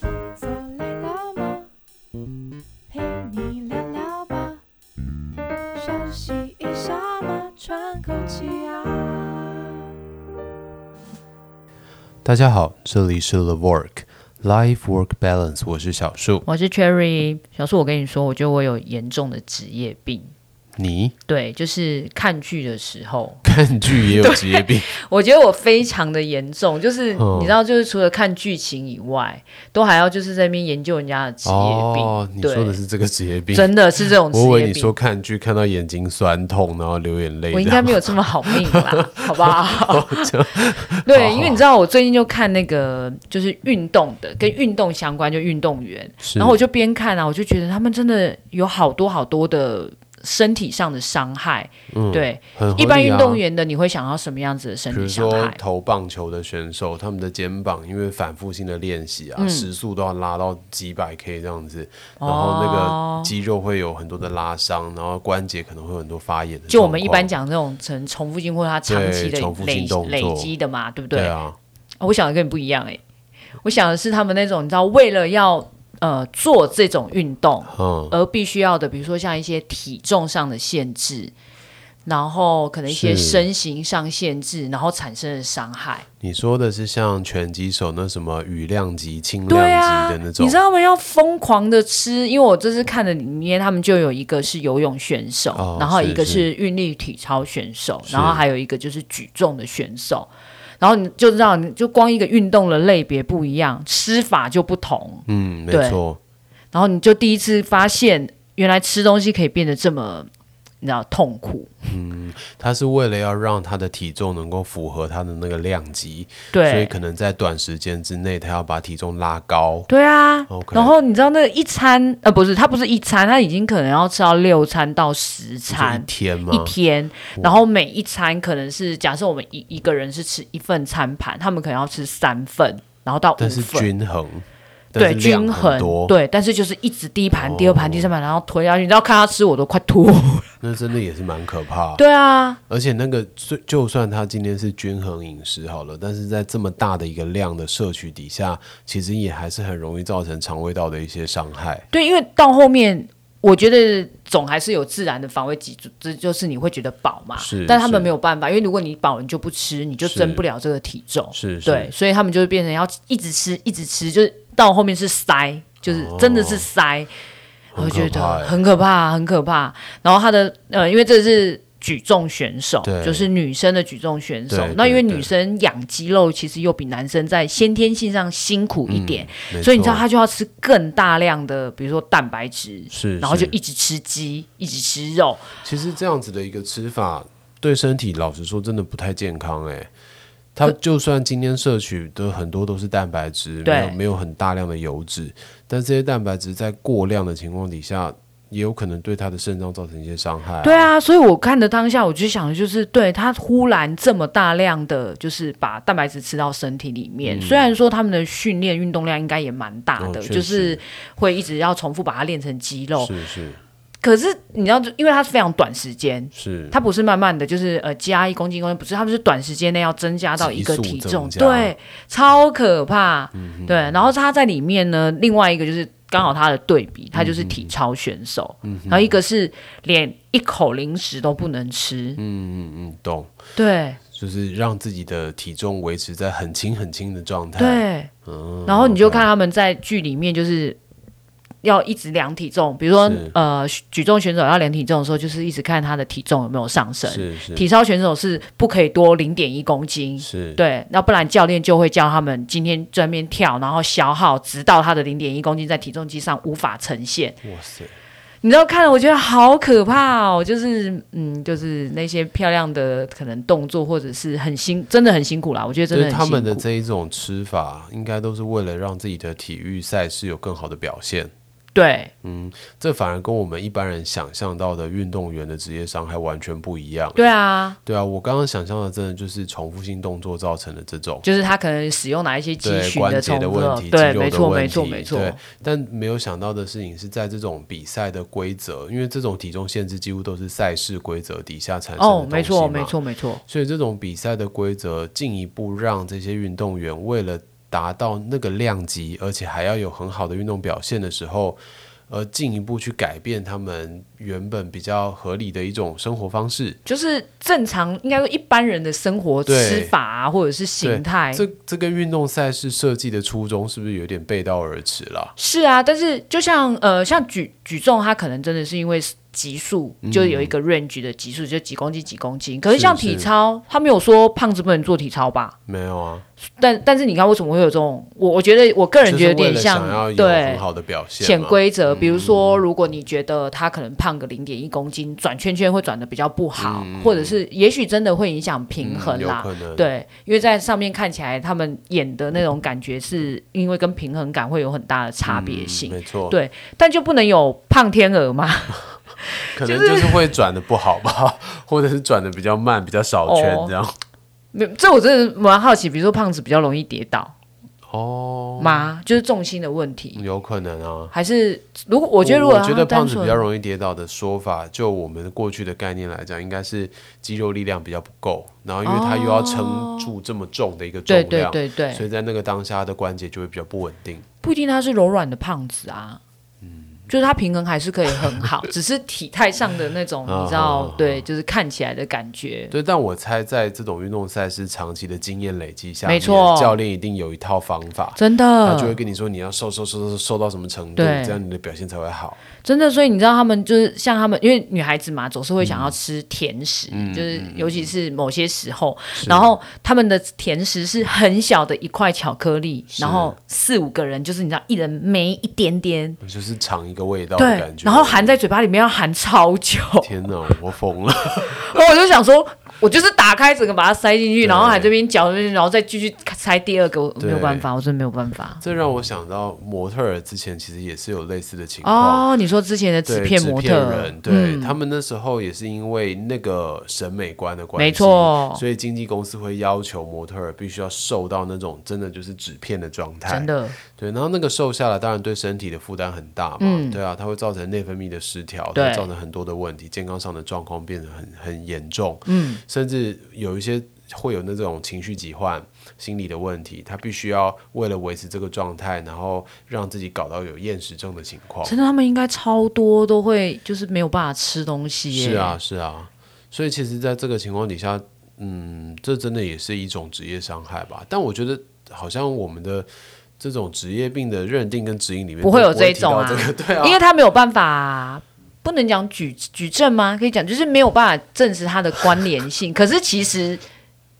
坐累了吗？陪你聊聊吧，休息一下嘛，喘口气啊。大家好，这里是 The Work Life Work Balance，我是小树。我是 Cherry，小树，我跟你说，我觉得我有严重的职业病。你对，就是看剧的时候，看剧也有职业 病，我觉得我非常的严重，就是、嗯你知道，就是除了看剧情以外，都还要就是在那边研究人家的职业病。哦，你对说的是这个职业病？真的是这种职我以为业你病。说看剧看到眼睛酸痛，然后流眼泪。我应这该样没有这么好命 吧，好不好？对，因为你知道，我最近就看那个就是运动的，跟运动相关，就运动员。是然后我就边看啊，我就觉得他们真的有好多好多的身体上的伤害。对，很合理啊一般运动，员的你会想要什么样子的身比体如伤说害？投棒球的选手，他们的肩膀因为反复性的练习啊，时速都要拉到几百 K 这样子，然后那嗯哦个肌肉会有很多的拉伤，然后关节可能会有很多发炎的状况。就我们一般讲那种成重复性或者它长期的对重复累性动作累积的嘛，对不对？对啊，哦我想的跟你不一样哎、我想的是他们那种你知道为了要呃做这种运动嗯，而必须要的，比如说像一些体重上的限制，然后可能一些是身形上限制，然后产生的伤害。你说的是像拳击手那什么羽量级、轻对量啊级的那，种，你知道他们要疯狂的吃，因为我这次看的里面，他们就有一个是游泳选手，哦然后是一个是是韵律体操选手，是然后还有一个就是举重的选手。然后你就知道，你就光一个运动的类别不一样，吃法就不同，嗯，没对错，然后你就第一次发现，原来吃东西可以变得这么，你知道痛苦。他是为了要让他的体重能够符合他的那个量级，所以对，可能在短时间之内，他要把体重拉高。对啊。 OK 然后你知道那一餐，呃，不是，它不是一餐，它已经可能要吃到六餐到就十餐一。天吗一？天，然后每一餐可能是假设我们一一个人是吃一份餐盘，他们可能要吃三份，然后到五但是份，均衡，但对，是量均很衡，多，对，但是就是一直第一盘、第二盘、哦第三盘，然后推下去，你知道看他吃我都快吐。那真的也是蛮可怕。 对啊，而且那个，就就算他今天是均衡饮食好了，但是在这么大的一个量的摄取底下，其实也还是很容易造成肠胃道的一些伤害。对，因为到后面。我觉得总还是有自然的防卫机制，这就是你会觉得饱嘛。是但他们是没有办法，因为如果你饱，你就不吃，你就增不了这个体重。是，是对，，所以他们就会变成要一直吃，一直吃，就是到后面是塞，就是真的是塞，哦很我觉可怕得欸很可怕，很可怕。然后他的呃，因为这是举重选手对，就是女生的举重选手对。那因为对对女生养肌肉其实又比男生在先天性上辛苦一点，嗯没所以你知道错她就要吃更大量的，比如说蛋白质，是，然后就是一直吃鸡，一直吃肉。其实这样子的一个吃法，对身体老实说真的不太健康哎、它就算今天摄取的很多都是蛋白质，没有对没有很大量的油脂，但这些蛋白质在过量的情况底下，也有可能对它的肾脏造成一些伤害、对，啊，所以我看的当下，我就想，的就是对他忽然这么大量的，就是把蛋白质吃到身体里面。虽然说他们的训练运动量应该也蛮大的，嗯哦确实就是会一直要重复把它练成肌肉。是是可是你知道，就因为它是非常短时间，是，它不是慢慢的就是呃加一公斤一公斤，不是，他们是短时间内要增加到一个体急速增重，加嗯对，超可怕，对。然后它在里面呢，另外一个就是刚好它的对比，它就是体操选手，嗯然后一个是连一口零食都不能吃，嗯嗯嗯，懂，对就是让自己的体重维持在很轻很轻的状态。，对。嗯，然后你就 OK 看他们在剧里面就是。要一直量体重，比如说是呃，举重选手要量体重的时候，就是一直看他的体重有没有上升。是是体操选手是不可以多零点一公斤，是，对，要不然教练就会叫他们今天在那边跳，然后消耗，直到他的零点一公斤在体重机上无法呈现。哇塞，你知道看了，我觉得好可怕哦！就是嗯，就是那些漂亮的可能动作，或者是很辛，真的很辛苦啦。我觉得就真的是很他辛苦。们的这一种吃法，应该都是为了让自己的体育赛事有更好的表现。对这反而跟我们一般人想象到的运动员的职业伤害完全不一样。对啊，对啊，我刚刚想象的真的就是重复性动作造成的这种。就是他可能使用哪一些肌对群关节重的复问题，对，肌肉的没错，问没错，题没错。对，但没有想到的事情是在这种比赛的规则，因为这种体重限制几乎都是赛事规则底下产生的哦，东没西错，嘛没错，没错。所以这种比赛的规则进一步让这些运动员为了达到那个量级，而且还要有很好的运动表现的时候，而进一步去改变他们原本比较合理的一种生活方式。就是正常，应该说一般人的生活对吃法啊，或者是对形态，这这跟运动赛事设计的初衷是不是有点背道而驰了？是啊，但是就像呃，像举举重，它可能真的是因为级数，就有一个 range 的级数，就几公斤几公斤。可是是像嗯是体操，他没有说胖子不能做体操吧？没有啊，但但是你看为什么会有这种？我我觉得我个人就觉得是有为点了像想要有对很好的表现潜嘛。嗯规则，比如说，如果你觉得他可能胖个零点一公斤，转圈圈会转的比较不好，或者是也许真的会影响平衡嗯有啦。可能对，因为在上面看起来，他们演的那种感觉，是因为跟平衡感会有很大的差别性。嗯没错，对但就不能有胖天鹅嘛？可能就是会转的不好吧， 或者是转的比较慢，比较少圈哦这样。没有 这我真的蛮好奇。比如说胖子比较容易跌倒哦，吗？就是重心的问题，有可能啊。还是如果我觉得如果我觉他得单胖子纯比较容易跌倒的说法，就我们过去的概念来讲，应该是肌肉力量比较不够，然后因为他又要撑住这么重的一个重对量，对哦对所对，以在那个当下他的关节就会比较不稳定。不一定他是柔软的胖子啊。嗯就是他平衡还是可以很 好，只是体态上的那种，你知好好道好，对，就是看起来的感觉，啊对，但我猜在这种运动赛事长期的经验累积下面，没错教练一定有一套方法。真他就会的，跟你说你要瘦瘦瘦瘦瘦到什么程度，对这样你的表现才会好。真的。所以你知道，他们就是像他们，因为女孩子嘛，总是会想嗯要吃甜食，就是尤其是某些时候，然后他们的甜食是很小的一块巧克力，然后四五个人，就是你知道，一人没一点点，就是尝一个味道的对感，觉。然后含在嘴巴里面要含超久，天哪，我疯了！ 然 后我就想说，我就是打开整个把它塞进去，对然后还这边嚼，然后再继续塞第二个，我对没有办法，我真的没有办法。这让我想到模特儿之前其实也是有类似的情况。哦，你说之前的对纸片模纸特片人，对、嗯他们那时候也是因为那个审美观的关系，没错所以经纪公司会要求模特儿必须要瘦到那种真的就是纸片的状态，真的对，然后那个瘦下来，当然对身体的负担很大嘛，嗯对啊，它会造成内分泌的失调，它对会造成很多的问题，健康上的状况变得很很严重，嗯，甚至有一些会有那种情绪疾患、心理的问题，他必须要为了维持这个状态，然后让自己搞到有厌食症的情况，真的，他们应该超多都会就是没有办法吃东西耶。是啊，，是啊，所以其实在这个情况底下，嗯，这真的也是一种职业伤害吧，但我觉得好像我们的。这种职业病的认定跟指引里面不会有这提到种啊这个 对啊，因为他没有办法。不能讲举举证吗？可以讲，就是没有办法证实它的关 联性。可是其实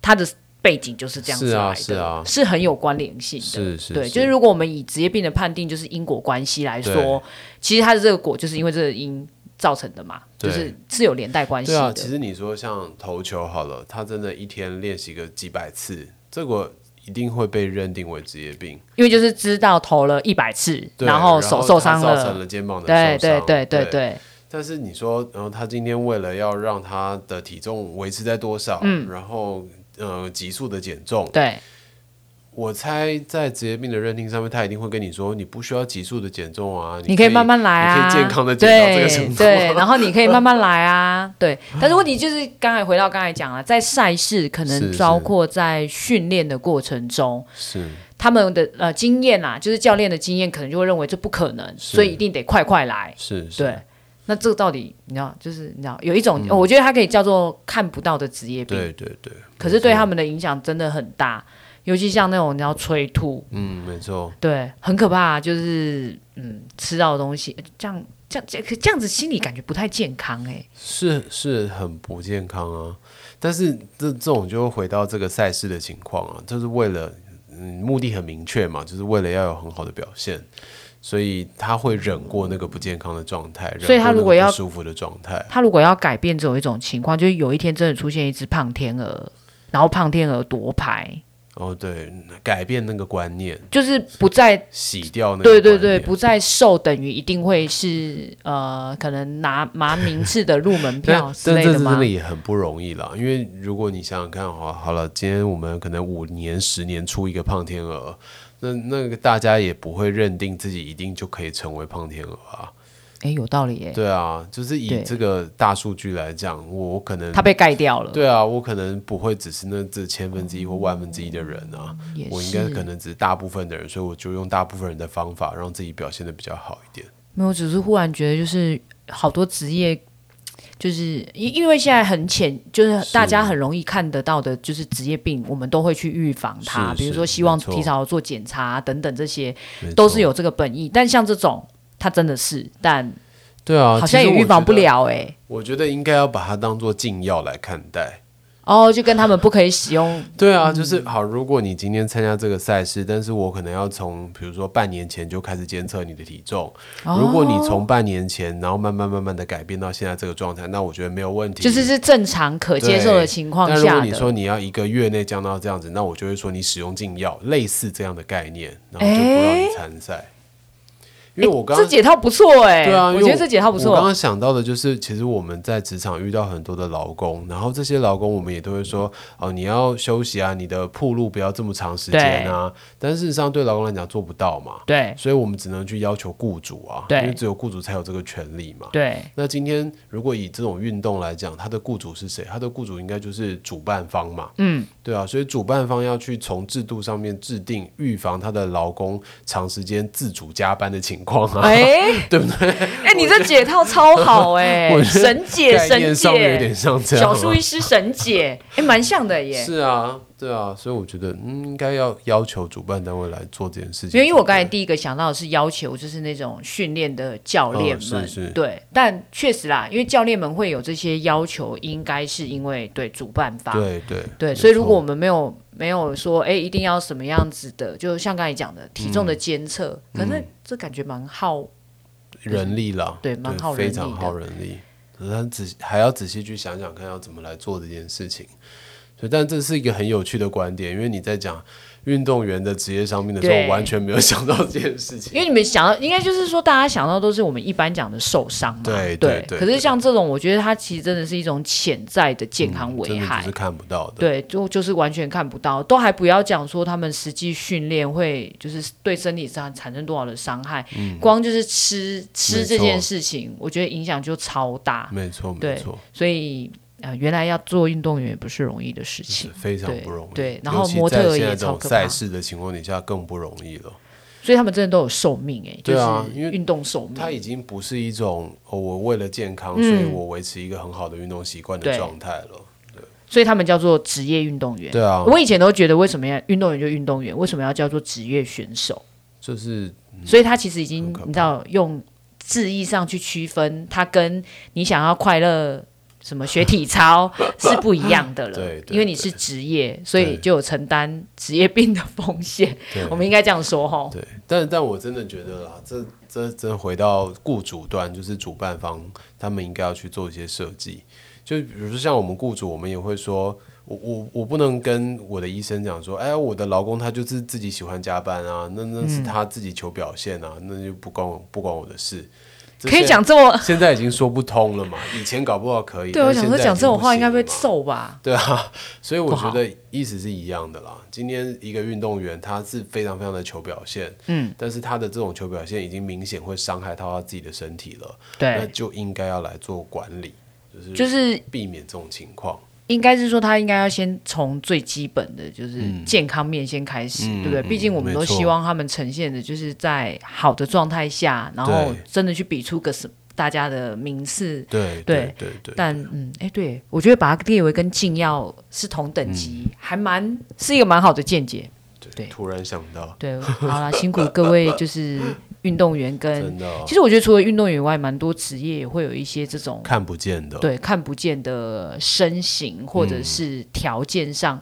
它的背景就是这样子是啊来的，是啊是很有关联性的。是是对，是就是如果我们以职业病的判定，就是因果关系来对说，其实它的这个果就是因为这个因造成的嘛，对就是是有连带关系对的。啊，其实你说像投球好了，他真的一天练习个几百次，这个一定会被认定为职业病。因为就是知道投了一百次，对，后手受伤然后他造成了，了肩膀的对受伤。对对对对。对，但是你说，然后他今天为了要让他的体重维持在多少，嗯然后呃急速的减重，对，我猜在职业病的认定上面，他一定会跟你说，你不需要急速的减重啊，你可可以慢慢来啊，你可以健康的减到这个程对度。对，然后你可以慢慢来啊， 对。但是问题就是，刚才回到刚才讲了，在赛事可是能是包括在训练的过程中，是他们的呃经验啊，就是教练的经验，可能就会认为这不可能，是所以一定得快快来。是是，对，那这个到底你知道，就是你知道有一种，哦我觉得它可以叫做看不到的职业病，对对对。可是对没错他们的影响真的很大，尤其像那种你要催吐，嗯，没错。对，很可怕，就是嗯，吃到的东西这样。这样这样这样子心理感觉不太健康哎、是是很不健康啊，但是这这种就会回到这个赛事的情况啊，就是为了嗯目的很明确嘛，就是为了要有很好的表现，所以他会忍过那个不健康的状态，忍所以他过那如果个要不舒服的状态，他如果要改变这种一种情况，就是有一天真的出现一只胖天鹅，然后胖天鹅夺牌，哦对，改变那个观念，就是不再洗掉那个对对对，观念不再瘦等于一定会是呃，可能拿拿名次的入门 票但之但类这的真吗的？也很不容易啦，因为如果你想想看，好好了，今天我们可能五年、十年出一个胖天鹅，那那个大家也不会认定自己一定就可以成为胖天鹅啊。哎，有道理耶，对啊，就是以对这个大数据来讲，我我可能它被盖掉了，对啊，我可能不会只是那这千分之一或万分之一的人啊，也我应嗯是该可能只是大部分的人，所以我就用大部分人的方法让自己表现的比较好一点。没有，只是忽然觉得就是好多职业，就是因因为现在很浅，就是是大家很容易看得到的，就是职业病，我们都会去预防它，是比如是说希望没错提早做检查啊等等，这些没都错是有这个本意。但像这种，它真的是，但对啊，好其像实也我预防不觉得。了哎、我觉得应该要把它当做禁药来看待。哦，就跟他们不可以使用对啊，就是好。如果你今天参加这个赛事，但是我可能要从比如说半年前就开始监测你的体重。哦如果你从半年前，然后慢慢慢慢的改变到现在这个状态，那我觉得没有问题。就是是正常可接受的情况但如下果你说的。你要一个月内降到这样子，那我就会说你使用禁药，类似这样的概念，然后就不让你参赛。因为我刚欸这刚、解套不错哎、对啊，因我为觉得这解套不我刚错刚。想到的就是，其实我们在职场遇到很多的劳工，然后这些劳工我们也都会说，哦、你要休息啊，你的铺路不要这么长时间啊。但事实上，对劳工来讲做不到嘛，对所以我们只能去要求雇主啊，因对为只有雇主才有这个权利嘛。对，那今天如果以这种运动来讲，他的雇主是谁？他的雇主应该就是主办方嘛。嗯，对啊，所以主办方要去从制度上面制定预防他的劳工长时间自主加班的情况 啊。哎、对不对？哎、你这解套超好哎、 我觉得神解概念神上面有点解，像这样、小啊。树医师神 解，哎、蛮像的耶。是啊，对啊，所以我觉得嗯应该要要求主办单位来做这件事情。因为我刚才第一个想到的是要求，就是那种训练的教练们，嗯是是对，但确实啦，因为教练们会有这些要求，应该是因为对主办方，对对对，没所以如错果我们没有没有说，哎，一定要什么样子的，就像刚才讲的体嗯重的监测，可能这感觉蛮耗，人力啦，对蛮耗人非力常的耗人力。那仔还要仔细去想想看要怎么来做这件事情。所以，但这是一个很有趣的观点，因为你在讲运动员的职业伤病的时候，对我完全没有 想到这件事情。因为你们想到，应该就是说大家想到都是我们一般讲的受伤嘛，对对对对可对是像这种，我觉得它其实真的是一种潜在的健康嗯危真的害，就是看不到的。对，就就是完全看不到，都还不要讲说他们实际训练会就是对身体上产生多少的伤害，嗯光就是吃没吃错这件事情，我觉得影响就超大，没错，没对错，所以呃，原来要做运动员也不是容易的事是情，非常对不容易。对然尤后其模在特现也在这超种可赛怕事的情况底下更不容易了。所以他们真的都有寿命哎、就对啊因为是运动寿命它，已经不是一种、哦、我为了健康，所以我维持一个很好的运动习惯的嗯对状态了。所以他们叫做职业运动员。对啊，我以前都觉得，为什么要运动员就运动员，为什么要叫做职业选手？就是所以他其实已经很可怕你知道用字义上去区分，他跟你想要快乐什么学体 操是不一样的了。对对因为你是职业，所以就有承担职业病的风险。对我们应该这样说吼。对，但但我真的觉得啦，这这这回到雇主端，就是主办方，他们应该要去做一些设计。就比如说像我们雇主，我们也会说，我我我不能跟我的医生讲说，哎，我的老公他就是自己喜欢加班啊，那那嗯是他自己求表现啊，那就不关我不关我的事。这可以现讲，这么，现在已经说不通了嘛，以前搞不好可以。对但我想说现在已讲经这种不话行应该了被嘛揍吧？对啊， 所以我不觉好得意思是一样的啦。今天一个运动员他是非常非常的求表现，嗯，但是他的这种求表现已经明显会伤害到他自己的身体了，那对，就应该要来做管理，就是就是避免这种情况。应该是说他应该要先从最基本的就是健康面先开始，嗯对不对？嗯毕竟我们没都错希望他们呈现的就是在好的状态下，然后对真的去比出个什大家的名次对对对对对，但嗯，哎、对我觉得把它列为跟禁药是同等级，嗯还蛮是一个蛮好的见解。对突然想到， 对，好啦，辛苦各位就是运动员跟真，的哦其实我觉得除了运动员以外，蛮多职业也会有一些这种看不见的，哦对看不见的身形或者是条件上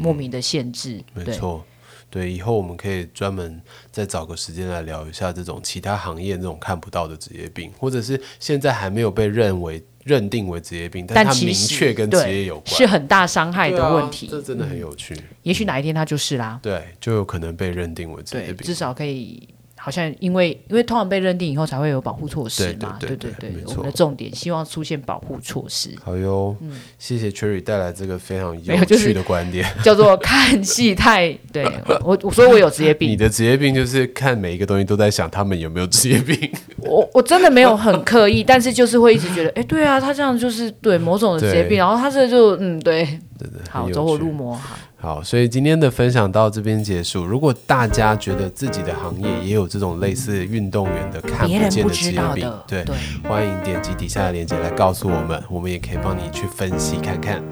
莫名的限制。嗯没对，错。对，以后我们可以专门再找个时间来聊一下这种其他行业那种看不到的职业病，或者是现在还没有被认为认定为职业病，但它其明实确跟职对业有关是。很大伤害对的问题嗯啊，。这真的很有趣。也许哪一天他就是啦，对，就有可能被认定为职对业，病。至少可以好像因为因为通常被认定以后才会有保护措施嘛，对对对对对没我们错的重点希望出现保护措施，好哟，谢谢 Cherry 带来这个非常嗯没有有就是趣的观点。叫做看戏太对我我所以我有职业你病，的职业病就是看每一个东西都在想他们有没有职业病， 我我真的没有很刻意，但是就是会一直觉得，哎，对啊，他这样就是对某种的职业对病，然后他这就嗯对，真的好很有走火趣入魔，好，好，所以今天的分享到这边结束。如果大家觉得自己的行业也有这种类似运动员的看别不人见不的职知业道病的，，对，对，欢迎点击底下的链接来告诉我们，我们也可以帮你去分析看看。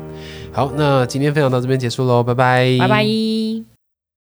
好，那今天分享到这边结束喽，拜拜，拜拜。